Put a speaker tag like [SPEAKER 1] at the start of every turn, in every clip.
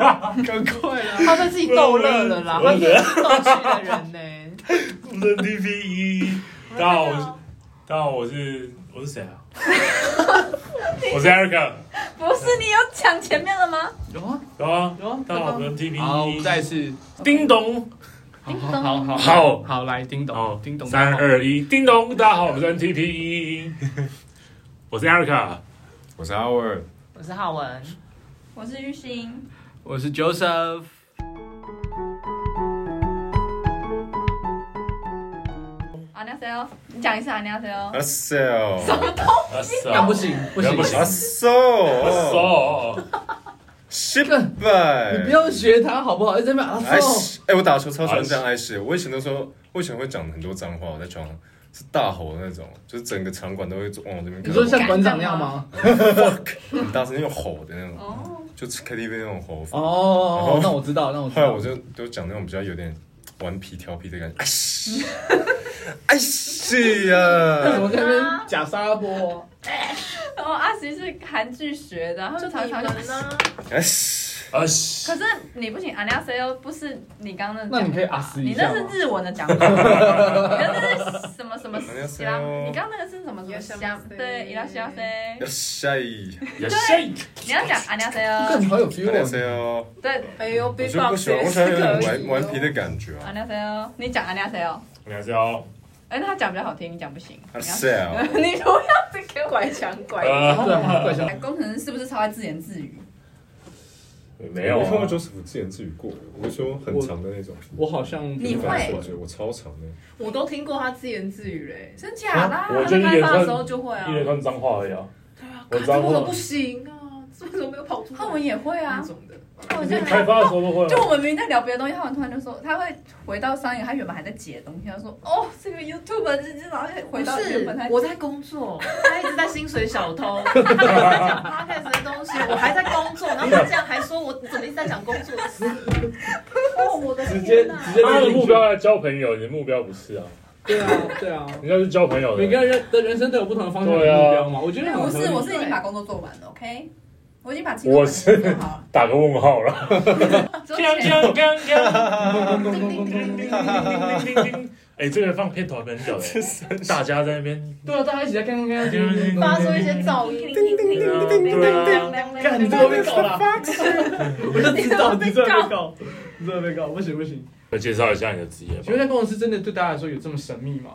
[SPEAKER 1] 赶快啦！
[SPEAKER 2] 他被自己逗乐了
[SPEAKER 3] 嗯
[SPEAKER 2] 啦，他
[SPEAKER 1] 我
[SPEAKER 2] 是
[SPEAKER 1] 的
[SPEAKER 2] 逗趣的人呢、
[SPEAKER 1] 我的 PPE，大家好，我是大家好，我是我是谁 啊？我是 Eric，
[SPEAKER 4] 不是你有讲前面了吗？
[SPEAKER 5] 有啊
[SPEAKER 1] 有啊，
[SPEAKER 5] 有啊，
[SPEAKER 1] 大家好，我们的
[SPEAKER 5] 好，我
[SPEAKER 1] PPE，
[SPEAKER 5] 们再一次，
[SPEAKER 1] 叮咚，
[SPEAKER 5] 好好好
[SPEAKER 1] 好
[SPEAKER 5] 好来叮
[SPEAKER 1] 哦
[SPEAKER 5] 咚，叮咚，
[SPEAKER 1] 三二一，叮咚，大家好，我们是 TPE，我是 Eric，
[SPEAKER 5] 哎
[SPEAKER 3] 我是阿伟，
[SPEAKER 2] 我是浩文，
[SPEAKER 4] 我是玉兴，
[SPEAKER 5] 我是 Joseph，
[SPEAKER 4] 阿尼亚塞哦，你讲一次阿尼亚塞哦
[SPEAKER 3] 阿。Sel，
[SPEAKER 1] 啊骚
[SPEAKER 5] 那不哦行不行
[SPEAKER 1] 不行
[SPEAKER 3] 阿 Sel，
[SPEAKER 1] 骚，
[SPEAKER 3] 失
[SPEAKER 5] 你
[SPEAKER 3] 败
[SPEAKER 5] 不。要学他好不好？在这边啊，
[SPEAKER 3] 哎
[SPEAKER 5] 送
[SPEAKER 3] 哎，我打球超喜欢这样碍事。我以前都说，我以前会讲很多脏话，我在床上是大吼的那种，就是整个场馆都会往我这边看。
[SPEAKER 5] 你说像馆长那样吗？
[SPEAKER 3] 很大声那种吼的那种，
[SPEAKER 4] 哦，
[SPEAKER 3] 就 KTV 那种吼法。
[SPEAKER 5] 哦，那我知道，那我知
[SPEAKER 3] 后来
[SPEAKER 5] 道
[SPEAKER 3] 我。就都讲那种比较有点顽皮调皮的感觉。哎西，哎西
[SPEAKER 5] 那怎么
[SPEAKER 3] 呀！
[SPEAKER 5] 在那边假沙拉波？
[SPEAKER 4] 然后哦阿喜是韩剧学的，他们常常
[SPEAKER 2] 们呢？
[SPEAKER 3] 哎西，
[SPEAKER 1] 啊
[SPEAKER 4] 可是你不行，阿尼亚塞哦，不是你刚刚那
[SPEAKER 5] 那
[SPEAKER 4] 讲
[SPEAKER 5] 你可以啊斯
[SPEAKER 4] 你
[SPEAKER 5] 一
[SPEAKER 4] 那
[SPEAKER 5] 下
[SPEAKER 4] 是
[SPEAKER 5] 吗？
[SPEAKER 4] 日文 的讲法，你那是什么什么
[SPEAKER 3] 안녕하세요
[SPEAKER 4] 香？你刚刚那个是什么什么香？对，伊拉西亚塞。
[SPEAKER 3] 要晒，
[SPEAKER 1] 呀
[SPEAKER 3] 要
[SPEAKER 1] 塞，
[SPEAKER 4] 你要讲阿尼亚塞
[SPEAKER 5] 更
[SPEAKER 4] 哦，
[SPEAKER 5] 好有 feel
[SPEAKER 3] 晒
[SPEAKER 5] 哦。
[SPEAKER 3] 哦！
[SPEAKER 4] 对，
[SPEAKER 2] 哎呦，
[SPEAKER 3] 我
[SPEAKER 2] 被
[SPEAKER 3] 就不喜欢，我喜欢有点顽顽皮的感觉
[SPEAKER 4] 阿
[SPEAKER 3] 啊。
[SPEAKER 4] 尼亚塞哦，你讲阿尼亚塞哦。
[SPEAKER 1] 你好，骚，
[SPEAKER 4] 哎，那他讲比较好听，你讲不行。
[SPEAKER 3] 阿
[SPEAKER 5] 啊
[SPEAKER 4] 你要
[SPEAKER 3] Sel，
[SPEAKER 4] 你不要这个拐强拐弯。
[SPEAKER 1] 呃，
[SPEAKER 5] 对啊，怪笑。
[SPEAKER 4] 工程师是不是超爱自言自语？
[SPEAKER 1] 没有
[SPEAKER 3] 我看过
[SPEAKER 1] 啊，
[SPEAKER 3] Joseph 自言自语过，我是说很长的那种。
[SPEAKER 5] 我好像
[SPEAKER 4] 你会
[SPEAKER 3] 我觉得我超长的。
[SPEAKER 2] 我都听过他自言自语嘞，
[SPEAKER 4] 真假啦？
[SPEAKER 1] 我
[SPEAKER 4] 他
[SPEAKER 1] 就
[SPEAKER 4] 们
[SPEAKER 1] 是
[SPEAKER 4] 开
[SPEAKER 1] 也
[SPEAKER 4] 发的
[SPEAKER 1] 算
[SPEAKER 4] 时候就会啊
[SPEAKER 1] 一，连串脏话而已啊，我
[SPEAKER 2] 干
[SPEAKER 1] 脏
[SPEAKER 2] 这个
[SPEAKER 1] 话
[SPEAKER 2] 不，行啊，这为什么没有跑出来？
[SPEAKER 4] 浩文也会
[SPEAKER 2] 那
[SPEAKER 4] 啊。
[SPEAKER 2] 种的，
[SPEAKER 4] 浩文就
[SPEAKER 1] 开发的时候都会
[SPEAKER 4] 就
[SPEAKER 1] 啊，
[SPEAKER 4] 我们明明在聊别的东西，浩文突然就说他会回到上一个他原本还在解的东西，他说哦这个 YouTube 这这，然后就回到原本他
[SPEAKER 2] 我在工作，他一直在薪水小 偷，他一直在讲 podcast 的东西，我还在工作，然后他这样还说我怎么一直在讲工作的
[SPEAKER 3] 嗯
[SPEAKER 2] 事？哦，我的
[SPEAKER 5] 直接
[SPEAKER 2] 天哪！
[SPEAKER 5] 直接
[SPEAKER 1] 他的目标来交朋友，你的目标不是啊，
[SPEAKER 5] 对啊对啊，
[SPEAKER 1] 人家是交朋友的，
[SPEAKER 5] 每个人的人生都有不同的方向和目标嘛。我觉得
[SPEAKER 4] 不
[SPEAKER 5] 很合理
[SPEAKER 4] 是，我是已经把工作做完了，OK。我已经把工作做好了，
[SPEAKER 1] 打个问号了，
[SPEAKER 4] 之后钱
[SPEAKER 1] 哎，这个放片头很久哎， 大家在那边，
[SPEAKER 5] 对啊，大家一起在看看看。
[SPEAKER 2] 发出一些噪音，
[SPEAKER 1] 对啊，
[SPEAKER 5] 干，你这个被搞了，我就知道你这个被搞，你这个被搞，不行不行。
[SPEAKER 1] 来介绍一下你的职业
[SPEAKER 5] 请问
[SPEAKER 1] 吧。
[SPEAKER 5] 在工程师真的对大家来说有这么神秘吗？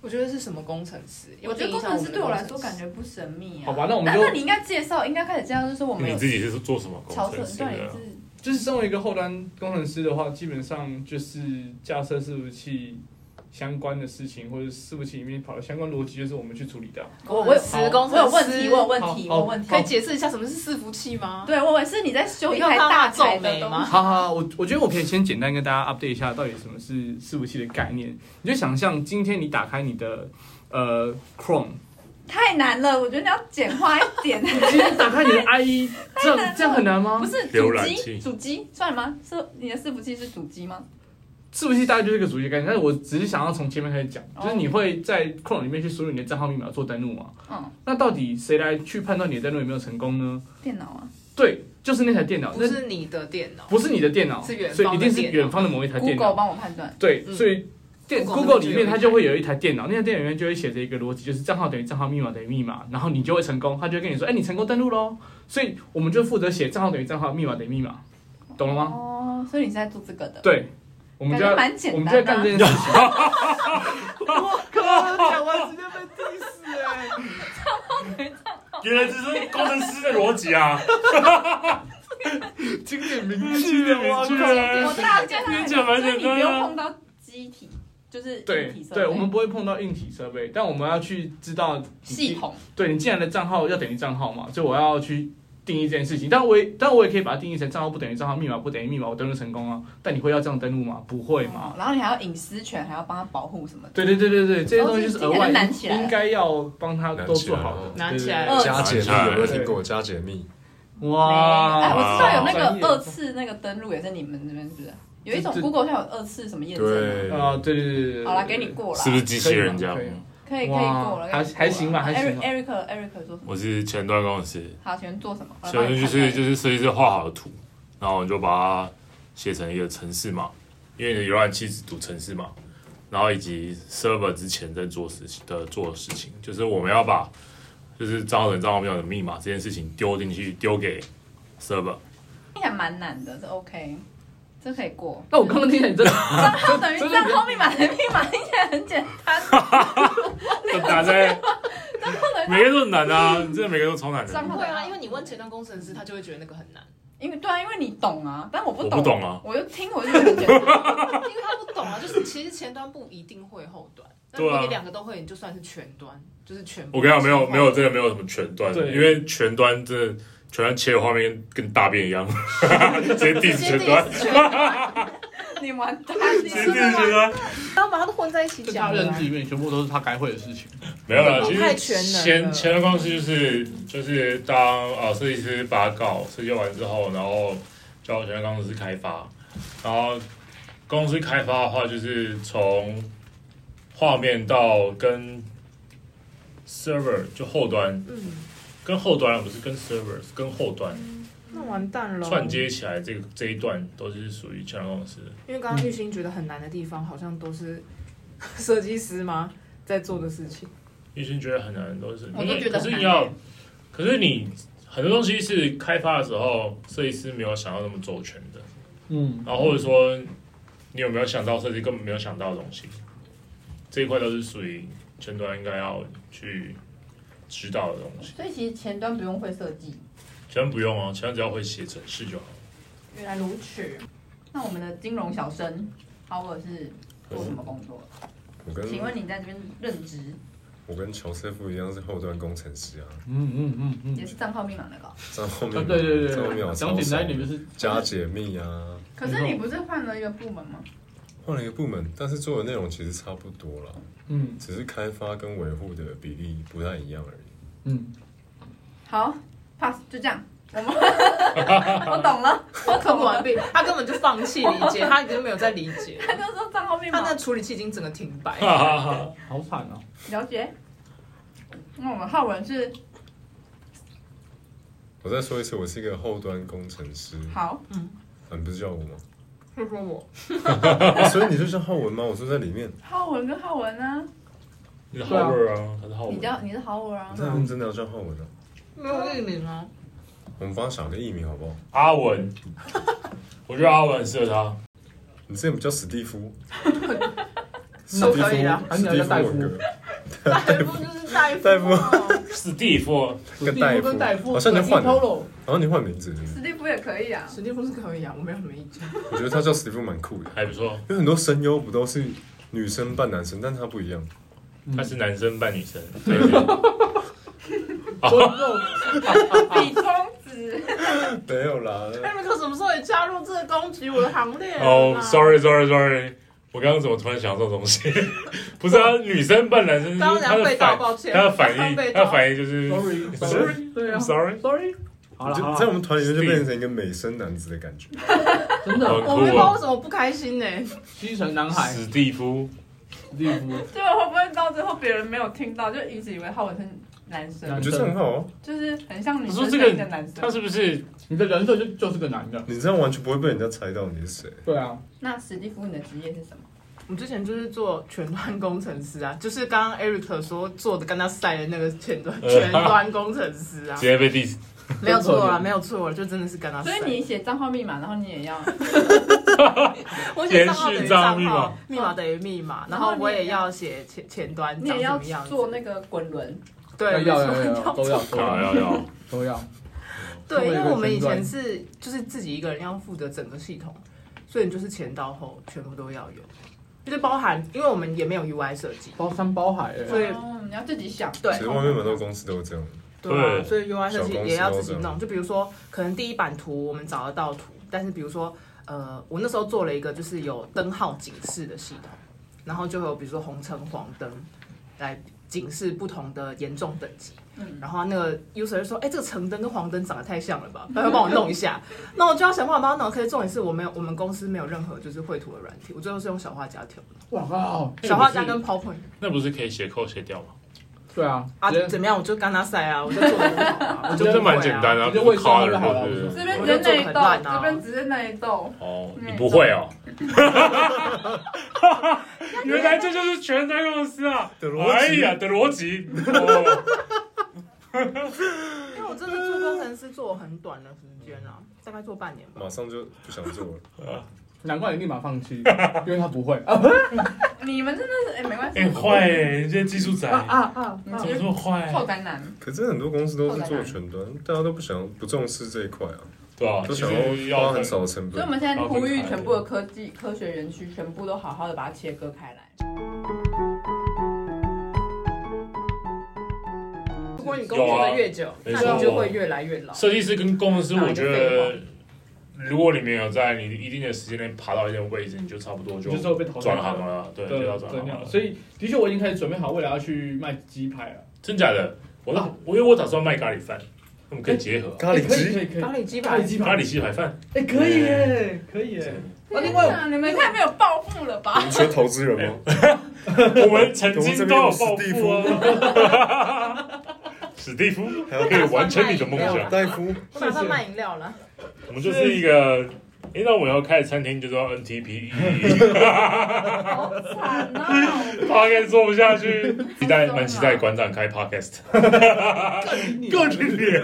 [SPEAKER 2] 我觉得是什么工程师？
[SPEAKER 4] 我觉得工程师对我来说感觉不神秘啊。
[SPEAKER 5] 好吧，那我们
[SPEAKER 4] 那
[SPEAKER 5] 就
[SPEAKER 4] 那你应该介绍，应该开始介绍，就是我们
[SPEAKER 1] 你
[SPEAKER 4] 有
[SPEAKER 1] 自己是做什么工
[SPEAKER 4] 乔
[SPEAKER 1] 程
[SPEAKER 4] 瑟，
[SPEAKER 1] 师
[SPEAKER 4] 对，
[SPEAKER 1] 的
[SPEAKER 4] 你？是
[SPEAKER 5] 就是身为一个后端工程师的话，基本上就是架设伺服器相关的事情，或者伺服器里面跑的相关逻辑，就是我们去处理的啊。
[SPEAKER 4] 我我有
[SPEAKER 2] 职工程师
[SPEAKER 4] 我有问题，我有问题，我
[SPEAKER 5] 好
[SPEAKER 4] 有问题。
[SPEAKER 2] 可以解释一下什么是伺服器吗？
[SPEAKER 4] 对，我我是你在修一
[SPEAKER 2] 用
[SPEAKER 4] 台
[SPEAKER 2] 到
[SPEAKER 4] 大
[SPEAKER 2] 皱
[SPEAKER 4] 台的
[SPEAKER 2] 眉
[SPEAKER 4] 东
[SPEAKER 2] 吗
[SPEAKER 4] 西。
[SPEAKER 5] 好好，好我我觉得我可以先简单跟大家 update 一下，到底什么是伺服器的概念。你就想象今天你打开你的呃 Chrome，
[SPEAKER 4] 太难了，我觉得你要简化一 点。
[SPEAKER 5] 今天打开你的 IE，这样这样很难吗
[SPEAKER 4] 不？是
[SPEAKER 1] 浏
[SPEAKER 4] 主
[SPEAKER 1] 览器
[SPEAKER 4] 机，主机算吗？是你的伺服器是主机吗？
[SPEAKER 5] 伺服器大概就是一个主机概念，但是我只是想要从前面开始讲，就是你会在 Chrome 里面去输入你的账号密码做登录嘛？
[SPEAKER 4] 嗯，
[SPEAKER 5] 那到底谁来去判断你的登录有没有成功呢？
[SPEAKER 4] 电脑啊，
[SPEAKER 5] 对，就是那台电脑，
[SPEAKER 2] 不
[SPEAKER 5] 那
[SPEAKER 2] 是你的电脑，
[SPEAKER 5] 不是你的电脑，
[SPEAKER 2] 是远方的
[SPEAKER 5] 所以一定是远方的某一台电
[SPEAKER 4] Google
[SPEAKER 5] 脑。
[SPEAKER 4] 帮我判断。
[SPEAKER 5] 对，
[SPEAKER 2] 嗯
[SPEAKER 5] 所以电
[SPEAKER 2] Google
[SPEAKER 5] Google
[SPEAKER 2] 就
[SPEAKER 5] 里
[SPEAKER 2] 有一
[SPEAKER 5] 面
[SPEAKER 2] 台
[SPEAKER 5] 它就会有一台电脑，那台电脑里面就会写着一个逻辑，就是账号等于账号，密码等于密码，然后你就会成功，它就会跟你说，哎，你成功登录喽。所以我们就负责写账号等于账号，密码等于密码，懂了吗？
[SPEAKER 4] 哦，所以你是在做这个的。
[SPEAKER 5] 对，我们就要
[SPEAKER 4] 感觉蛮简
[SPEAKER 5] 我
[SPEAKER 4] 单
[SPEAKER 5] 们
[SPEAKER 4] 的啊
[SPEAKER 5] 就要干这件事情。
[SPEAKER 2] 讲完直接被踢死哎！
[SPEAKER 1] 原来这是工程师的逻 辑啊！
[SPEAKER 5] 哎经典名句，
[SPEAKER 1] 哇
[SPEAKER 5] 名句
[SPEAKER 1] 靠
[SPEAKER 4] 我大概
[SPEAKER 1] 你
[SPEAKER 4] 你
[SPEAKER 1] 讲蛮
[SPEAKER 4] 所以你
[SPEAKER 1] 简单
[SPEAKER 4] 不
[SPEAKER 1] 啊
[SPEAKER 4] 用碰到机体，就是
[SPEAKER 5] 对
[SPEAKER 4] 硬体设备
[SPEAKER 5] 对，我们不会碰到硬体设备，但我们要去知道你
[SPEAKER 4] 系统。
[SPEAKER 5] 对你进来的账号要等于账号嘛，所以我要去定义这件事情。但我也，但我也可以把它定义成账号不等于账号，密码不等于密码，我登录成功啊。但你会要这样登录吗？不会嘛
[SPEAKER 4] 哦。然后你还要隐私权，还要帮他保护什么的。
[SPEAKER 5] 对对对对对，这些东西就是额外
[SPEAKER 4] 哦这个难起来了
[SPEAKER 5] 应该要帮他都做好的。
[SPEAKER 2] 难起来
[SPEAKER 5] 对
[SPEAKER 2] 了
[SPEAKER 5] 对
[SPEAKER 3] 加解密有没有听过加解密？
[SPEAKER 5] 对
[SPEAKER 4] 哎，我
[SPEAKER 5] 哇！
[SPEAKER 4] 知道有那
[SPEAKER 5] 啊专业
[SPEAKER 4] 个二次那个登录也在你们这边，是不是？有一种
[SPEAKER 5] 这这
[SPEAKER 4] Google 它有二次什么验证啊。
[SPEAKER 3] 对，
[SPEAKER 5] 啊，对对对对对。
[SPEAKER 4] 好了，给你过了。
[SPEAKER 1] 是不是机器人这样
[SPEAKER 5] 可以？吗啊
[SPEAKER 4] 可以可以
[SPEAKER 5] 哇
[SPEAKER 4] 过了，
[SPEAKER 5] 还还行吧还行吧
[SPEAKER 4] Eric Eric Eric 说什么？
[SPEAKER 1] 我是前端工程师，
[SPEAKER 4] 好，全做什么？
[SPEAKER 1] 前端就是就是设计师画好的图，然后我就把它写成一个程式码，因为你的浏览器只读程式码，然后以及 server 之前在做事情的做的事情，就是我们要把就是账号人账号密码的密码这件事情丢进去，丢给 server。
[SPEAKER 6] 听起来蛮难的，这 OK，这可以过。
[SPEAKER 5] 那我刚刚听起来你真的
[SPEAKER 6] 账号等于账号密码的密码，听起来很简单。
[SPEAKER 1] 就打在
[SPEAKER 6] 账号等于
[SPEAKER 1] 每个都很难啊，真的每个都超难的。
[SPEAKER 6] 账
[SPEAKER 2] 不
[SPEAKER 6] 号
[SPEAKER 2] 会
[SPEAKER 6] 等于
[SPEAKER 2] 啊，因为你问前端工程师，他就会觉得那个很难，
[SPEAKER 6] 因为对啊，因为你懂啊，但我不
[SPEAKER 1] 我
[SPEAKER 6] 懂，
[SPEAKER 1] 不懂啊，
[SPEAKER 6] 我就听我就觉得很简 单。
[SPEAKER 2] 因为他不懂啊。就是其实前端不一定会后端，那如
[SPEAKER 1] 对
[SPEAKER 2] 果
[SPEAKER 1] 啊
[SPEAKER 2] 你两个都会，你就算是全端，就是全部。
[SPEAKER 1] 我跟你啊讲，没有没有，真的没有什么全端，
[SPEAKER 5] 对
[SPEAKER 1] 因为全端真的全端切的画面跟大便一样， 直接 diss 全端，
[SPEAKER 2] 全端，
[SPEAKER 6] 你完蛋，
[SPEAKER 1] 直
[SPEAKER 6] 你
[SPEAKER 1] 接
[SPEAKER 6] 是
[SPEAKER 1] diss 全端，
[SPEAKER 2] 然后把它都混在一起
[SPEAKER 5] 就
[SPEAKER 2] 讲
[SPEAKER 5] 他
[SPEAKER 2] 了
[SPEAKER 5] 认
[SPEAKER 2] 啊
[SPEAKER 5] 知。里面全部都是他该会的事情。
[SPEAKER 1] 没有啦，
[SPEAKER 2] 这种
[SPEAKER 1] 其实
[SPEAKER 2] 嗯太全能了
[SPEAKER 1] 前前端公司就是就是当啊设计师把稿设计完之后，然后交给前端公司开发，然后公司开发的话就是从画面到跟 server 就后端
[SPEAKER 2] 嗯，
[SPEAKER 1] 跟后端不是跟 server 是跟后端
[SPEAKER 2] 那完蛋了。
[SPEAKER 1] 串接起来这个这一段都是属于前端公司的。
[SPEAKER 2] 因为刚刚玉兴觉得很难的地方，好像都是 设计师吗在做的事情。
[SPEAKER 1] 医生觉得很难，都是
[SPEAKER 6] 我哦都觉得
[SPEAKER 1] 可是
[SPEAKER 6] 很难
[SPEAKER 1] 你要，可是你很多东西是开发的时候，设计师没有想到那么周全的，
[SPEAKER 5] 嗯，
[SPEAKER 1] 然后或者说你有没有想到设计根本没有想到的东西，这一块都是属于前端应该要去指导的东西。
[SPEAKER 4] 所以其实前端不用会设计。
[SPEAKER 1] 前端不用哦，前端只要会写程式就好。
[SPEAKER 4] 原来如此。那我们的金融小生 Howard 是做什么工作？
[SPEAKER 3] 我跟
[SPEAKER 4] 请问你在这边任职
[SPEAKER 3] 我跟乔师傅一样是后端工程师啊，
[SPEAKER 5] 嗯嗯嗯嗯
[SPEAKER 4] 也是账号密码那个？
[SPEAKER 3] 账号密
[SPEAKER 5] 对
[SPEAKER 3] 码
[SPEAKER 5] 啊对对
[SPEAKER 3] 账号密
[SPEAKER 5] 对，
[SPEAKER 3] 码
[SPEAKER 5] 讲
[SPEAKER 3] 超
[SPEAKER 5] 简单
[SPEAKER 3] 少
[SPEAKER 5] 一点就是
[SPEAKER 3] 加解密啊，
[SPEAKER 4] 可是你不是换了一个部门吗？
[SPEAKER 3] 换了一个部门，但是做的内容其实差不多啦，
[SPEAKER 5] 嗯
[SPEAKER 3] 只是开发跟维护的比例不太一样而已。
[SPEAKER 5] 嗯，
[SPEAKER 4] 好，pass，就这样。我们我懂了，
[SPEAKER 2] 我科普完毕，他根本就放弃理解，他已经没有在理解，
[SPEAKER 4] 他就说账号密
[SPEAKER 2] 他
[SPEAKER 4] 码
[SPEAKER 2] 那处理器已经整个停摆。
[SPEAKER 1] 哈哈哈，
[SPEAKER 5] 好惨哦。
[SPEAKER 4] 了解。那我们浩文是
[SPEAKER 3] 我再说一次，我是一个后端工程师。
[SPEAKER 4] 好，
[SPEAKER 3] 啊，你不是叫我吗？
[SPEAKER 2] 是说我
[SPEAKER 3] 哦所以你就叫浩文吗？我住在里面，
[SPEAKER 4] 浩文跟浩文呢？
[SPEAKER 1] 你是 Howard 啊，他是 Howard。
[SPEAKER 4] 你叫你是浩文啊
[SPEAKER 5] 嗯
[SPEAKER 3] 你？太认真的要叫浩文了、
[SPEAKER 2] 没有匿名啊，
[SPEAKER 3] 我们帮他想个艺名好不好？
[SPEAKER 1] 阿文， 我觉得阿文很适合他。
[SPEAKER 3] 你之前不叫史蒂夫，史
[SPEAKER 5] 那
[SPEAKER 3] 蒂
[SPEAKER 5] 可以啊
[SPEAKER 3] 夫，史
[SPEAKER 5] 还有
[SPEAKER 3] 蒂
[SPEAKER 5] 叫戴
[SPEAKER 3] 夫
[SPEAKER 5] 夫
[SPEAKER 3] 文革，
[SPEAKER 2] 大夫就是大夫，
[SPEAKER 3] 戴夫
[SPEAKER 1] 史蒂夫，
[SPEAKER 3] 跟戴夫
[SPEAKER 5] 跟戴夫，
[SPEAKER 3] 好像你换了
[SPEAKER 5] Polo，
[SPEAKER 3] 然后你换名字，
[SPEAKER 4] 史蒂夫也可 以啊。
[SPEAKER 2] 史蒂夫是可以啊，我没有什么意见。
[SPEAKER 3] 我觉得他叫史蒂夫蛮酷的，
[SPEAKER 1] 还不错，
[SPEAKER 3] 因为很多声优不都是女生扮男生，但他不一样。
[SPEAKER 1] 他是男生扮女生。对啊
[SPEAKER 5] 多肉
[SPEAKER 4] 比中指，
[SPEAKER 3] 没有啦，
[SPEAKER 2] 艾瑞哎克什么时候也加入这个攻击我的行 列了啦
[SPEAKER 1] 哦、s o r r y s o r r y s o r r y 我刚刚怎么突然想到这种东西？ 不是啊，女生扮男生，
[SPEAKER 2] 当
[SPEAKER 1] 他
[SPEAKER 2] 然
[SPEAKER 1] 的
[SPEAKER 2] 被盗，
[SPEAKER 1] 反
[SPEAKER 2] 抱歉。
[SPEAKER 1] 他的反
[SPEAKER 2] 被
[SPEAKER 1] 应，
[SPEAKER 2] 盗
[SPEAKER 1] 他的反应就是
[SPEAKER 5] ，sorry，sorry，对啊
[SPEAKER 1] sorry，
[SPEAKER 5] ，sorry，好
[SPEAKER 3] 你
[SPEAKER 5] 了
[SPEAKER 3] 就
[SPEAKER 5] 好
[SPEAKER 3] 在
[SPEAKER 5] 了，
[SPEAKER 3] 我们团里面就变成一个美声男子的感觉。
[SPEAKER 5] 真
[SPEAKER 1] 好
[SPEAKER 5] 的
[SPEAKER 2] 我不知道
[SPEAKER 1] 酷
[SPEAKER 2] 为
[SPEAKER 1] 哦，
[SPEAKER 2] 什么不开心呢、
[SPEAKER 5] 西城男孩，
[SPEAKER 1] 史蒂夫，
[SPEAKER 5] 利夫，
[SPEAKER 4] 就会不会到最后别人没有听到，就一直以为浩文是男生
[SPEAKER 3] 我，觉得这很好啊，
[SPEAKER 4] 就是很像女
[SPEAKER 1] 他说
[SPEAKER 4] 生
[SPEAKER 1] 这
[SPEAKER 4] 的一个
[SPEAKER 1] 个
[SPEAKER 4] 男
[SPEAKER 1] 他
[SPEAKER 4] 生。
[SPEAKER 1] 是不是
[SPEAKER 5] 你的人设就就是个男的，
[SPEAKER 3] 你这样完全不会被人家猜到你是谁。
[SPEAKER 5] 对啊，
[SPEAKER 4] 那史蒂夫你的职业是什么？
[SPEAKER 2] 我们之前就是做全端工程师啊，就是刚刚 Eric 说做的跟他赛的那个前端全端工程师 啊
[SPEAKER 1] 直，接被 diss？
[SPEAKER 2] 没有错啊，没有错啊，就真的是跟他
[SPEAKER 4] 所
[SPEAKER 2] 赛。
[SPEAKER 4] 以你写账号密码，然后你也要，
[SPEAKER 2] 我写账号等于账
[SPEAKER 1] 延续账号
[SPEAKER 2] 号，密码等于密码，然
[SPEAKER 4] 然
[SPEAKER 2] 后
[SPEAKER 4] 后
[SPEAKER 2] 我也
[SPEAKER 4] 你也要
[SPEAKER 2] 要写前前端
[SPEAKER 4] 你
[SPEAKER 2] 长
[SPEAKER 4] 也
[SPEAKER 2] 什
[SPEAKER 4] 要
[SPEAKER 2] 么样
[SPEAKER 4] 做
[SPEAKER 2] 子，
[SPEAKER 4] 那个滚轮。
[SPEAKER 5] 要
[SPEAKER 2] 对，
[SPEAKER 5] 要
[SPEAKER 2] 没错
[SPEAKER 5] 要 要都要都
[SPEAKER 1] 要
[SPEAKER 5] 要
[SPEAKER 1] 啊要要，
[SPEAKER 5] 都要，
[SPEAKER 2] 对，因
[SPEAKER 5] 作为一
[SPEAKER 2] 为
[SPEAKER 5] 个
[SPEAKER 2] 我们以
[SPEAKER 5] 前端
[SPEAKER 2] 前是就是自己一个人要负责整个系统，所以你就是前到后全部都要有，就是包含，因为我们也没有 UI 设计，
[SPEAKER 5] 包山包海欸，
[SPEAKER 2] 对
[SPEAKER 4] 哦，你要自己想。
[SPEAKER 2] 对
[SPEAKER 3] 其实外面蛮多公司都这样，
[SPEAKER 2] 对啊，
[SPEAKER 1] 对
[SPEAKER 2] 所以 UI 设计
[SPEAKER 3] 小公司
[SPEAKER 2] 也要自己
[SPEAKER 3] 都这
[SPEAKER 2] 弄。
[SPEAKER 3] 样
[SPEAKER 2] 就比如说，可能第一版图我们找得到图，但是比如说，呃，我那时候做了一个就是有灯号警示的系统，然后就会有比如说红橙黄灯来警示不同的严重等级。
[SPEAKER 4] 嗯
[SPEAKER 2] 然后那个 user 就说：“哎、这个橙灯跟黄灯长得太像了吧？他要帮我弄一下。”那我就要想办法帮他弄。可是重点是我没有，我们公司没有任何就是绘图的软体，我最后是用小画家调的，
[SPEAKER 5] 哇靠，
[SPEAKER 2] 小画家跟 PowerPoint。
[SPEAKER 1] 那不是可以斜扣斜掉吗？
[SPEAKER 5] 对啊，
[SPEAKER 2] 啊
[SPEAKER 5] 直接
[SPEAKER 2] 怎么样，我就跟他赛啊，我就做的很好啊， 我就做
[SPEAKER 1] 这这
[SPEAKER 2] 得
[SPEAKER 1] 蛮
[SPEAKER 2] 很
[SPEAKER 1] 简
[SPEAKER 2] 好啊
[SPEAKER 1] 单的、啊，
[SPEAKER 5] 就
[SPEAKER 1] 不
[SPEAKER 5] 卫
[SPEAKER 1] 是
[SPEAKER 5] 生
[SPEAKER 1] 卡人
[SPEAKER 5] 就好了
[SPEAKER 1] 或者
[SPEAKER 5] 不
[SPEAKER 1] 是
[SPEAKER 6] 这
[SPEAKER 5] 是
[SPEAKER 6] 边
[SPEAKER 2] 我
[SPEAKER 6] 只
[SPEAKER 2] 就是做
[SPEAKER 6] 内
[SPEAKER 2] 很
[SPEAKER 6] 斗，
[SPEAKER 2] 烂啊
[SPEAKER 6] 这边只是内斗。
[SPEAKER 1] 哦，
[SPEAKER 6] 嗯
[SPEAKER 1] 你不会哦。原来这就是全台公司啊！
[SPEAKER 3] 的逻辑
[SPEAKER 1] 哎呀的逻辑，哦
[SPEAKER 2] 因为我真的做工程师做很短的时间啊，大概做半年吧
[SPEAKER 3] 马。上就不想做了。
[SPEAKER 5] 难怪你立马放 弃，因为他不会啊
[SPEAKER 6] 你们真的是哎，没关系
[SPEAKER 1] 哎、，坏、欸，你这技术宅，
[SPEAKER 5] 啊
[SPEAKER 4] 嗯
[SPEAKER 5] 啊！
[SPEAKER 6] 你
[SPEAKER 1] 你
[SPEAKER 6] 们就
[SPEAKER 1] 怎么这哎
[SPEAKER 6] 是
[SPEAKER 1] 么坏、
[SPEAKER 6] 臭宅男。
[SPEAKER 3] 可是很多公司都是做全端，大家都不想不重视这一块啊，
[SPEAKER 1] 对啊，
[SPEAKER 3] 都
[SPEAKER 1] 其
[SPEAKER 3] 想
[SPEAKER 1] 实
[SPEAKER 3] 要花
[SPEAKER 1] 要
[SPEAKER 3] 很少的成
[SPEAKER 4] 所以
[SPEAKER 3] 本
[SPEAKER 4] 我。们现在呼吁全部的科技科学园区，全部都好好的把它切割开来。
[SPEAKER 2] 如果你工作的越久，
[SPEAKER 1] 有啊
[SPEAKER 2] 那
[SPEAKER 1] 嗯没错
[SPEAKER 2] 你就会越来越老。
[SPEAKER 1] 设计师跟工程师，我觉
[SPEAKER 2] 哪一个
[SPEAKER 1] 得如果你没有在你一定的时间内爬到一定的位置，你就差不多就
[SPEAKER 5] 你就知道被淘汰
[SPEAKER 1] 转行了，对，就要
[SPEAKER 5] 对，
[SPEAKER 1] 转
[SPEAKER 5] 这
[SPEAKER 1] 行
[SPEAKER 5] 样，
[SPEAKER 1] 了。
[SPEAKER 5] 所以的确我已经开始准备好未来要去卖鸡排了。
[SPEAKER 1] 真假的？我打我因为我打算卖咖喱饭，那我们可以结合啊
[SPEAKER 3] 咖喱
[SPEAKER 5] 可以
[SPEAKER 3] 鸡
[SPEAKER 5] 可以可以
[SPEAKER 2] 咖，喱鸡
[SPEAKER 5] 咖
[SPEAKER 2] 排
[SPEAKER 5] 喱，鸡
[SPEAKER 1] 咖
[SPEAKER 5] 排，
[SPEAKER 1] 喱鸡排饭。
[SPEAKER 5] 哎，可以耶，可以耶。啊，另外
[SPEAKER 6] 你们太没有抱负了吧？
[SPEAKER 3] 你们缺投资人
[SPEAKER 1] 哎
[SPEAKER 3] 吗？
[SPEAKER 1] 我们曾经都有啊抱
[SPEAKER 3] 我们这
[SPEAKER 1] 负
[SPEAKER 3] 边
[SPEAKER 1] 啊。 史蒂夫
[SPEAKER 3] 还有
[SPEAKER 1] 可以完成你的梦
[SPEAKER 2] 没有
[SPEAKER 1] 想。
[SPEAKER 3] 大夫，
[SPEAKER 2] 我打算卖饮料了。
[SPEAKER 1] 我们就是一个，诶，那我们要开的餐厅就叫 NTP，
[SPEAKER 6] 好惨
[SPEAKER 2] 啊
[SPEAKER 6] 哦！
[SPEAKER 1] E， podcast 做不下去，期待蛮期待馆长开 podcast，更 脸，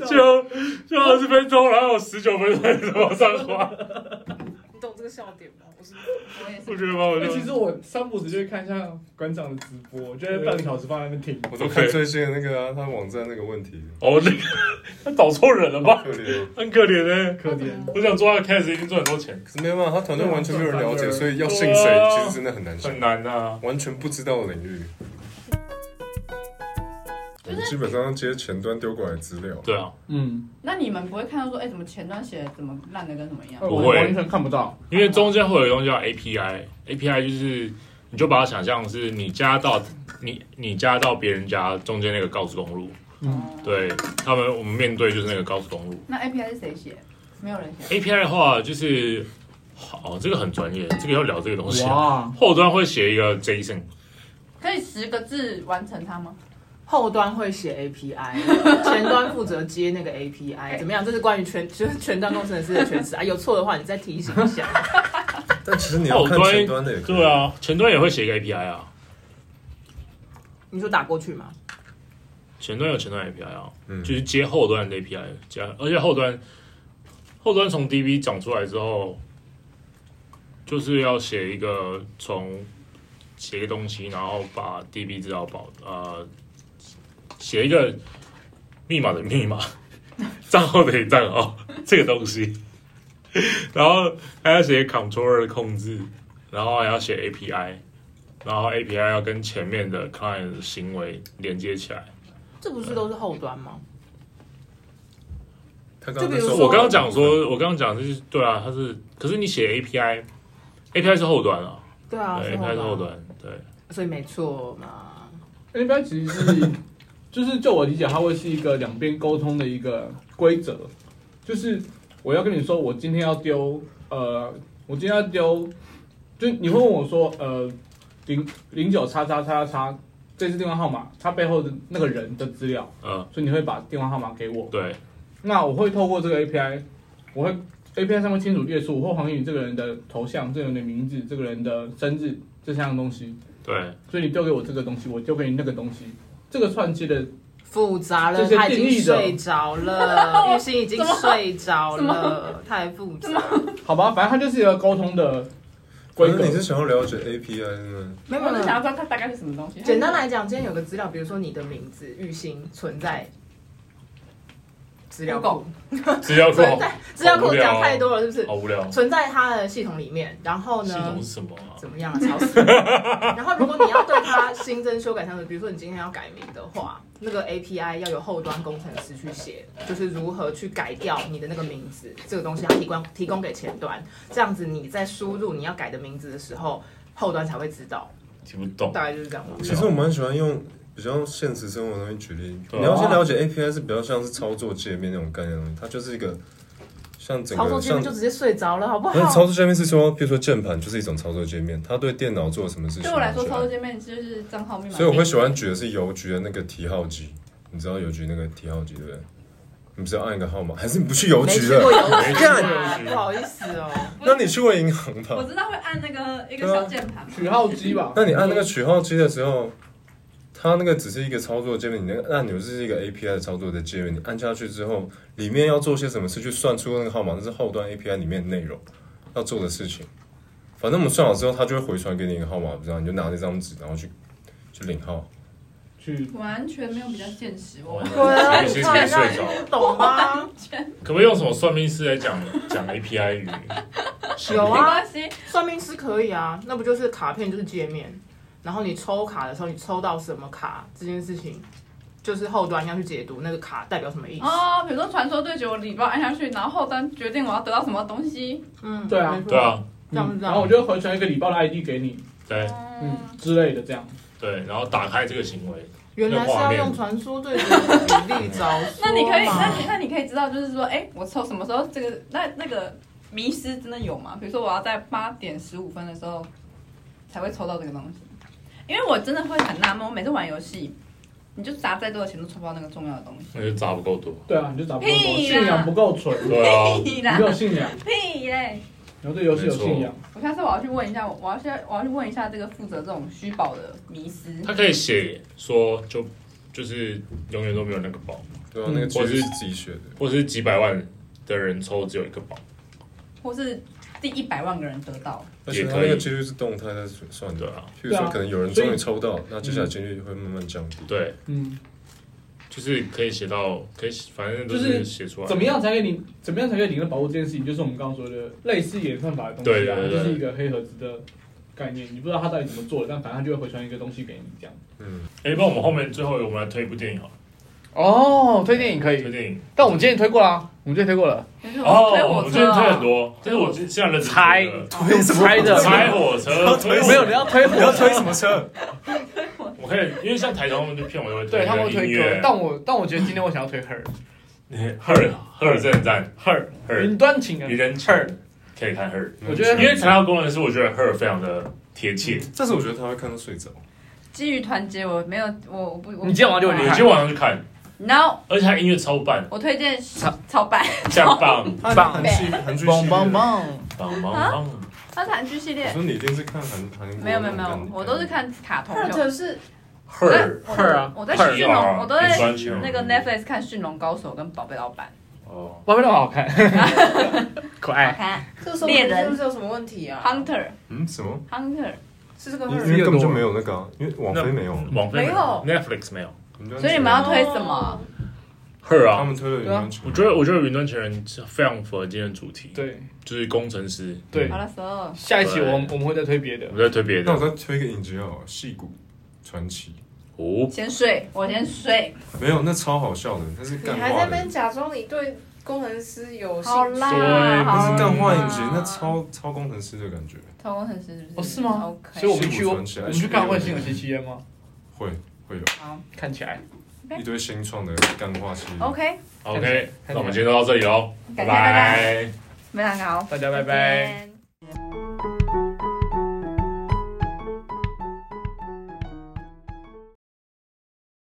[SPEAKER 1] 就就二十分钟，然后十九分钟怎么上花？
[SPEAKER 2] 你懂这个笑点吗？我是
[SPEAKER 6] 我也
[SPEAKER 1] 我
[SPEAKER 6] 是。
[SPEAKER 1] 觉得蛮好
[SPEAKER 5] 哎
[SPEAKER 1] 笑
[SPEAKER 5] 其。实我三不时就会看一下馆长的直播，就会半个小时放在那边听。
[SPEAKER 3] 我都看最新的那个啊，他网站那个问题，
[SPEAKER 1] 哦，那个他找错人了吧？
[SPEAKER 3] 可怜。
[SPEAKER 1] 很可怜呢。
[SPEAKER 5] 可怜，
[SPEAKER 1] 我想做他的 cast，一定赚很多钱，
[SPEAKER 3] 可是没办法，他团队完全没有人了解，
[SPEAKER 5] 对
[SPEAKER 3] 所以要信
[SPEAKER 1] 对
[SPEAKER 3] 谁
[SPEAKER 1] 啊
[SPEAKER 3] 其实真的很难
[SPEAKER 1] 很
[SPEAKER 3] 信，
[SPEAKER 1] 难啊。
[SPEAKER 3] 完全不知道的领域。我们基本上要接前端丢过来的资料，
[SPEAKER 1] 对啊，
[SPEAKER 5] 嗯，
[SPEAKER 4] 那你们不会看到说，哎，怎么前端写的怎么烂的跟什么一样？
[SPEAKER 1] 不
[SPEAKER 5] 我
[SPEAKER 1] 会
[SPEAKER 5] 完全看不到。
[SPEAKER 1] 因为中间会有一个东西叫 API，API 就是你就把它想象是你加到你你加到别人家中间那个高速公路，
[SPEAKER 5] 嗯，
[SPEAKER 1] 对他们我们面对就是那个高速公路。
[SPEAKER 4] 哦那 API 是谁写？没有人写。
[SPEAKER 1] API 的话就是好、哦，这个很专业，这个要聊这个东西。啊
[SPEAKER 5] 哇，
[SPEAKER 1] 后端会写一个 JSON，
[SPEAKER 4] 可以十个字完成它吗？
[SPEAKER 2] 后端会写 API，前端负责接那个 API，怎么样？这是关于全就是全端工程师的诠释啊。有错的话，你再提醒一下。
[SPEAKER 3] 但其实你要看前端的也可以
[SPEAKER 1] 对，啊，前端也会写一个 API 啊，
[SPEAKER 2] 你说打过去吗？
[SPEAKER 1] 前端有前端 API 啊，
[SPEAKER 3] 嗯
[SPEAKER 1] 就是接后端的 API 加，而且后端后端从 DB 长出来之后，就是要写一个从写一个东西，然后把 DB 资料保呃写一个密码的密码， 账号的账号这个东西，然后还要写 controller 的控制，然后还要写 API。然后 API 要跟前面的 client 的行为连接起来，
[SPEAKER 2] 这不是都是后端吗？
[SPEAKER 3] 他刚刚
[SPEAKER 2] 就
[SPEAKER 3] 在
[SPEAKER 2] 比如
[SPEAKER 3] 说
[SPEAKER 2] 说
[SPEAKER 1] 我刚刚讲说，我刚刚讲就是对啊，它是，可是你写 API，API 是后端啊，
[SPEAKER 2] 对啊，
[SPEAKER 1] 对
[SPEAKER 2] 是
[SPEAKER 1] ，API 是后
[SPEAKER 2] 后端，
[SPEAKER 1] 端，对，
[SPEAKER 2] 所以没错嘛。
[SPEAKER 5] API 其实是，就是就我理解，它会是一个两边沟通的一个规则，就是我要跟你说，我今天要丢，呃，我今天要丢，就你会问我说，呃，零零九叉叉叉叉叉，这是电话号码，它背后的那个人的资料，
[SPEAKER 1] 嗯，
[SPEAKER 5] 所以你会把电话号码给我，
[SPEAKER 1] 对，
[SPEAKER 5] 那我会透过这个 API，我会 API 上面清楚列出我会还给你这个人的头像、这个人的名字、这个人的生日这三样东西，
[SPEAKER 1] 对，
[SPEAKER 5] 所以你丢给我这个东西，我丢给你那个东西，这个串接的
[SPEAKER 2] 复杂了
[SPEAKER 5] 这，些
[SPEAKER 2] 他已
[SPEAKER 5] 定义
[SPEAKER 2] 经
[SPEAKER 5] 的
[SPEAKER 2] 睡着了，玉鑫已经睡着
[SPEAKER 4] 怎么
[SPEAKER 2] 了，太复杂。
[SPEAKER 5] 好吧，反正它就是一个沟通的规
[SPEAKER 3] 反正
[SPEAKER 5] 格
[SPEAKER 3] 你。是想要了解 API 呢？
[SPEAKER 2] 没有
[SPEAKER 4] 我
[SPEAKER 2] 没
[SPEAKER 4] 就
[SPEAKER 2] 有
[SPEAKER 4] 想，要知道它大概是什么东西。
[SPEAKER 2] 简单来讲，今天有个资料，比如说你的名字玉鑫存在资料库，
[SPEAKER 1] 资料库
[SPEAKER 2] 存在资料
[SPEAKER 1] 好
[SPEAKER 2] 库
[SPEAKER 1] 无聊哦
[SPEAKER 2] 讲太多了，是不是？
[SPEAKER 1] 好无聊，
[SPEAKER 2] 存在它的系统里面，然后
[SPEAKER 1] 系
[SPEAKER 2] 呢
[SPEAKER 1] 统是，什么啊？
[SPEAKER 2] 怎么样啊？吵 死了！然后如果你要对它新增、修改上的，比如说你今天要改名的话，那个 API 要由后端工程师去写，就是如何去改掉你的那个名字这个东西，它提供提供给前端，这样子你在输入你要改的名字的时候，后端才会知道，
[SPEAKER 1] 听不懂，
[SPEAKER 2] 大概就是这样吧。
[SPEAKER 3] 其实我蛮喜欢用比较现实生活的东西举例，
[SPEAKER 1] 啊对啊
[SPEAKER 3] 你要先了解 API 是比较像是操作界面那种概念的东西，它就是一个像整
[SPEAKER 2] 操作
[SPEAKER 3] 个
[SPEAKER 2] 界面
[SPEAKER 3] 像
[SPEAKER 2] 就直接睡着了，好不
[SPEAKER 3] 那
[SPEAKER 2] 好？
[SPEAKER 3] 操作界面是说，比如说键盘就是一种操作界面，它对电脑做了什么事情？
[SPEAKER 4] 对我来说，操作
[SPEAKER 3] 面。
[SPEAKER 4] 界面就是账号密码。
[SPEAKER 3] 所以我会喜欢举的是邮局的那个提号机，你知道邮局那个提号机对不对？你不是要按一个号码，还是你不去邮
[SPEAKER 2] 没
[SPEAKER 3] 局
[SPEAKER 2] 去过
[SPEAKER 3] 了？
[SPEAKER 2] 邮局啊
[SPEAKER 1] 干，
[SPEAKER 2] 不好意思哦。
[SPEAKER 3] 那你去过银行
[SPEAKER 4] 我
[SPEAKER 3] 吧？
[SPEAKER 4] 知道会按那个一个
[SPEAKER 3] 啊
[SPEAKER 4] 小键盘嘛，
[SPEAKER 5] 取号机吧。
[SPEAKER 3] 那你按那个取号机的时候，它那个只是一个操作界面，你那个按钮是一个 API 的操作的界面，你按下去之后，里面要做些什么事去算出那个号码，那是后端 API 里面的内容要做的事情。反正我们算好之后，它就会回传给你一个号码，不知道你就拿那张纸，然后去去领号。
[SPEAKER 5] 去
[SPEAKER 4] 完全没有比较现实。我
[SPEAKER 2] 对啊，
[SPEAKER 1] 直接
[SPEAKER 2] 你
[SPEAKER 1] 直
[SPEAKER 2] 看
[SPEAKER 1] 接
[SPEAKER 2] 人家
[SPEAKER 1] 睡着。
[SPEAKER 2] 不懂啊吗？
[SPEAKER 1] 可不可以用什么算命师来讲讲 API 语？
[SPEAKER 2] 嗯有
[SPEAKER 4] 没
[SPEAKER 2] 啊，
[SPEAKER 4] 关系，
[SPEAKER 2] 算命师可以啊，那不就是卡片就是界面，然后你抽卡的时候，你抽到什么卡这件事情，就是后端要去解读那个卡代表什么意思。
[SPEAKER 4] 哦，比如说传说对决，我礼包按下去，然后后端决定我要得到什么东西。
[SPEAKER 2] 嗯，
[SPEAKER 5] 对啊
[SPEAKER 2] 没错
[SPEAKER 1] 对，啊，
[SPEAKER 2] 这样子
[SPEAKER 5] 嗯
[SPEAKER 2] 这
[SPEAKER 5] 然后我
[SPEAKER 2] 样。
[SPEAKER 5] 就回传一个礼包的 ID 给你，
[SPEAKER 1] 对
[SPEAKER 5] 嗯
[SPEAKER 4] 嗯，。
[SPEAKER 5] 之类的这样。
[SPEAKER 1] 对，然后打开这个行为，
[SPEAKER 2] 原来是要用传说对决举例招数
[SPEAKER 4] 那你可以，那你那你可以知道，就是说，哎，我抽什么时候这个那那个迷失真的有吗？比如说，我要在八点十五分的时候才会抽到这个东西，因为我真的会很纳闷，我每次玩游戏，你就砸再多的钱都抽不到那个重要的东西。
[SPEAKER 1] 那就砸不够多。
[SPEAKER 5] 对啊，你就找不够多，
[SPEAKER 4] 屁啦
[SPEAKER 5] 信仰不够纯，
[SPEAKER 1] 对
[SPEAKER 3] 哦
[SPEAKER 1] 啊，
[SPEAKER 4] 屁
[SPEAKER 5] 你
[SPEAKER 4] 啦
[SPEAKER 5] 没，有信仰，
[SPEAKER 4] 屁嘞！
[SPEAKER 5] 然后对游戏有信仰。
[SPEAKER 4] 我下次我要去问一下，我我要去我要去问一下这个负责这种虚宝的迷失。
[SPEAKER 1] 他可以写说就就是永远都没有那个宝，
[SPEAKER 3] 对啊，
[SPEAKER 5] 嗯
[SPEAKER 3] 那个其
[SPEAKER 1] 或
[SPEAKER 3] 实
[SPEAKER 1] 是
[SPEAKER 3] 是自己选的。
[SPEAKER 1] 或是几百万的人抽只有一个宝。
[SPEAKER 4] 或是第一百万个人得到，
[SPEAKER 3] 而且
[SPEAKER 1] 也
[SPEAKER 3] 它那
[SPEAKER 1] 可
[SPEAKER 3] 个
[SPEAKER 1] 以
[SPEAKER 3] 几率是动态在算的
[SPEAKER 1] 对，啊，
[SPEAKER 3] 譬如
[SPEAKER 5] 对
[SPEAKER 3] 说
[SPEAKER 5] 啊
[SPEAKER 3] 可能有人
[SPEAKER 5] 所以
[SPEAKER 3] 终于抽到，那接下来几率会慢慢降低。
[SPEAKER 1] 对，
[SPEAKER 5] 嗯，
[SPEAKER 1] 就是可以写到，可以写反正都
[SPEAKER 5] 就是
[SPEAKER 1] 是写出来。
[SPEAKER 5] 怎么？样才可以领？怎么样才可以领到宝物这件事情，就是我们刚刚说的类似演算法的东西啊，
[SPEAKER 1] 对对对
[SPEAKER 5] 就是一个黑盒子的概念。你不知道它到底怎么做的，但反正它就会回传一个东西给你这样。
[SPEAKER 3] 嗯，
[SPEAKER 1] 哎，不然我们后面最后我们来推一部电影好了，啊
[SPEAKER 7] 哦，推电影可
[SPEAKER 1] 推
[SPEAKER 7] 以，
[SPEAKER 1] 电影。
[SPEAKER 7] 但我们今天也推过啦、我们今天推过了，
[SPEAKER 4] 就是我推
[SPEAKER 1] 哦，我
[SPEAKER 4] 火
[SPEAKER 1] 们最
[SPEAKER 4] 车
[SPEAKER 1] 近推
[SPEAKER 4] 啊
[SPEAKER 1] 很，多，但是我现在认真
[SPEAKER 7] 猜
[SPEAKER 1] 觉得
[SPEAKER 7] 猜的，
[SPEAKER 1] 猜火车，推
[SPEAKER 7] 没有，你要推火
[SPEAKER 3] 你要推什么 车？
[SPEAKER 1] 我可以，因为像台中他们就片尾会
[SPEAKER 7] 对他们会
[SPEAKER 1] 那个音
[SPEAKER 7] 推歌
[SPEAKER 1] 乐，，
[SPEAKER 7] 但我但我觉得今天我想要推 her
[SPEAKER 1] 赫尔赫尔正站，
[SPEAKER 7] her
[SPEAKER 1] 赫尔
[SPEAKER 7] 云端情
[SPEAKER 5] 嗯
[SPEAKER 1] 愚
[SPEAKER 7] 人，
[SPEAKER 1] 人赫尔可以看赫尔，
[SPEAKER 7] 我觉得
[SPEAKER 1] 因为材料功能是我觉得赫尔非常的贴切，
[SPEAKER 3] 但是我觉得他会看到睡着。
[SPEAKER 4] 基于团结，我没有，我我不，我不
[SPEAKER 7] 你今天晚上就会
[SPEAKER 1] 我
[SPEAKER 7] 离
[SPEAKER 1] 今
[SPEAKER 7] 开
[SPEAKER 1] 天晚上去看，
[SPEAKER 4] No，
[SPEAKER 1] 而且他音乐超棒，
[SPEAKER 4] 我推荐超版，
[SPEAKER 1] 像棒
[SPEAKER 3] 他
[SPEAKER 7] 棒
[SPEAKER 3] 韩剧，韩剧系列
[SPEAKER 7] 棒棒。棒，
[SPEAKER 1] 棒棒棒，
[SPEAKER 4] 它是韩剧系
[SPEAKER 3] 我
[SPEAKER 4] 列，
[SPEAKER 3] 说你一定是看韩韩国？
[SPEAKER 4] 没有没有没有，我都是。看卡通
[SPEAKER 6] 或
[SPEAKER 4] 就。
[SPEAKER 6] 者是
[SPEAKER 1] 赫尔
[SPEAKER 4] 我
[SPEAKER 7] Her 啊
[SPEAKER 4] 我在
[SPEAKER 1] 赫
[SPEAKER 4] 驯龙，
[SPEAKER 1] 尔，
[SPEAKER 4] 我都在那
[SPEAKER 1] 那
[SPEAKER 4] 个 Netflix 看《驯龙高手》跟《宝贝老板
[SPEAKER 1] 哦，
[SPEAKER 7] 宝贝那么好看， 可》，
[SPEAKER 4] 好
[SPEAKER 7] 爱，
[SPEAKER 4] 看。
[SPEAKER 2] 这时候
[SPEAKER 4] 猎人
[SPEAKER 2] 是不是有什么问题啊？
[SPEAKER 4] Hunter
[SPEAKER 3] 嗯，什么？
[SPEAKER 4] Hunter，
[SPEAKER 2] 是这个
[SPEAKER 3] 因为
[SPEAKER 2] Hunter
[SPEAKER 3] 因为根本就没有那个啊，因为网飞没有。
[SPEAKER 1] 网飞
[SPEAKER 4] 没有
[SPEAKER 1] Netflix 没有
[SPEAKER 7] 啊
[SPEAKER 4] 所以你们要推什么？
[SPEAKER 1] 赫尔
[SPEAKER 3] 他
[SPEAKER 1] 啊。
[SPEAKER 3] 们推了有没有球？
[SPEAKER 1] 我觉得，我觉得《云端情人》是非常符合今天的主题，
[SPEAKER 7] 对
[SPEAKER 1] 就是工程师。
[SPEAKER 7] 对
[SPEAKER 4] 好，了，十二。
[SPEAKER 7] 下一期我们我们会再推别的
[SPEAKER 1] 我，们在推别
[SPEAKER 3] 那
[SPEAKER 1] 的
[SPEAKER 3] 我再推一个影集哦，《戏骨传奇
[SPEAKER 1] 哦，
[SPEAKER 4] 先睡，我先睡。》
[SPEAKER 3] 没有，那超好笑的，那是
[SPEAKER 2] 你
[SPEAKER 3] 干
[SPEAKER 2] 还在
[SPEAKER 3] 话
[SPEAKER 2] 那
[SPEAKER 3] 的，
[SPEAKER 2] 边假装你对工程师有兴
[SPEAKER 4] 好
[SPEAKER 2] 趣，
[SPEAKER 4] 啦，
[SPEAKER 1] 对
[SPEAKER 4] 好啦
[SPEAKER 3] 那是干话影集，
[SPEAKER 4] 啊
[SPEAKER 3] 那超超工程师的感觉。
[SPEAKER 4] 超工程师是不
[SPEAKER 7] 哦
[SPEAKER 4] 是？
[SPEAKER 7] 是吗
[SPEAKER 4] OK，
[SPEAKER 7] 所以我们去我
[SPEAKER 3] 戏骨传奇
[SPEAKER 7] 我们去看《外星有星期天》吗？
[SPEAKER 3] 会会有
[SPEAKER 4] 好
[SPEAKER 7] 看起来，
[SPEAKER 3] 一堆新创的干话系列。
[SPEAKER 4] OK，
[SPEAKER 1] 哦 OK，那我们今天就到这里喽，
[SPEAKER 4] 感谢
[SPEAKER 1] 拜
[SPEAKER 4] 大家
[SPEAKER 1] 拜。
[SPEAKER 4] 非常好，
[SPEAKER 7] 大家拜
[SPEAKER 4] 拜
[SPEAKER 7] 拜。
[SPEAKER 4] 拜。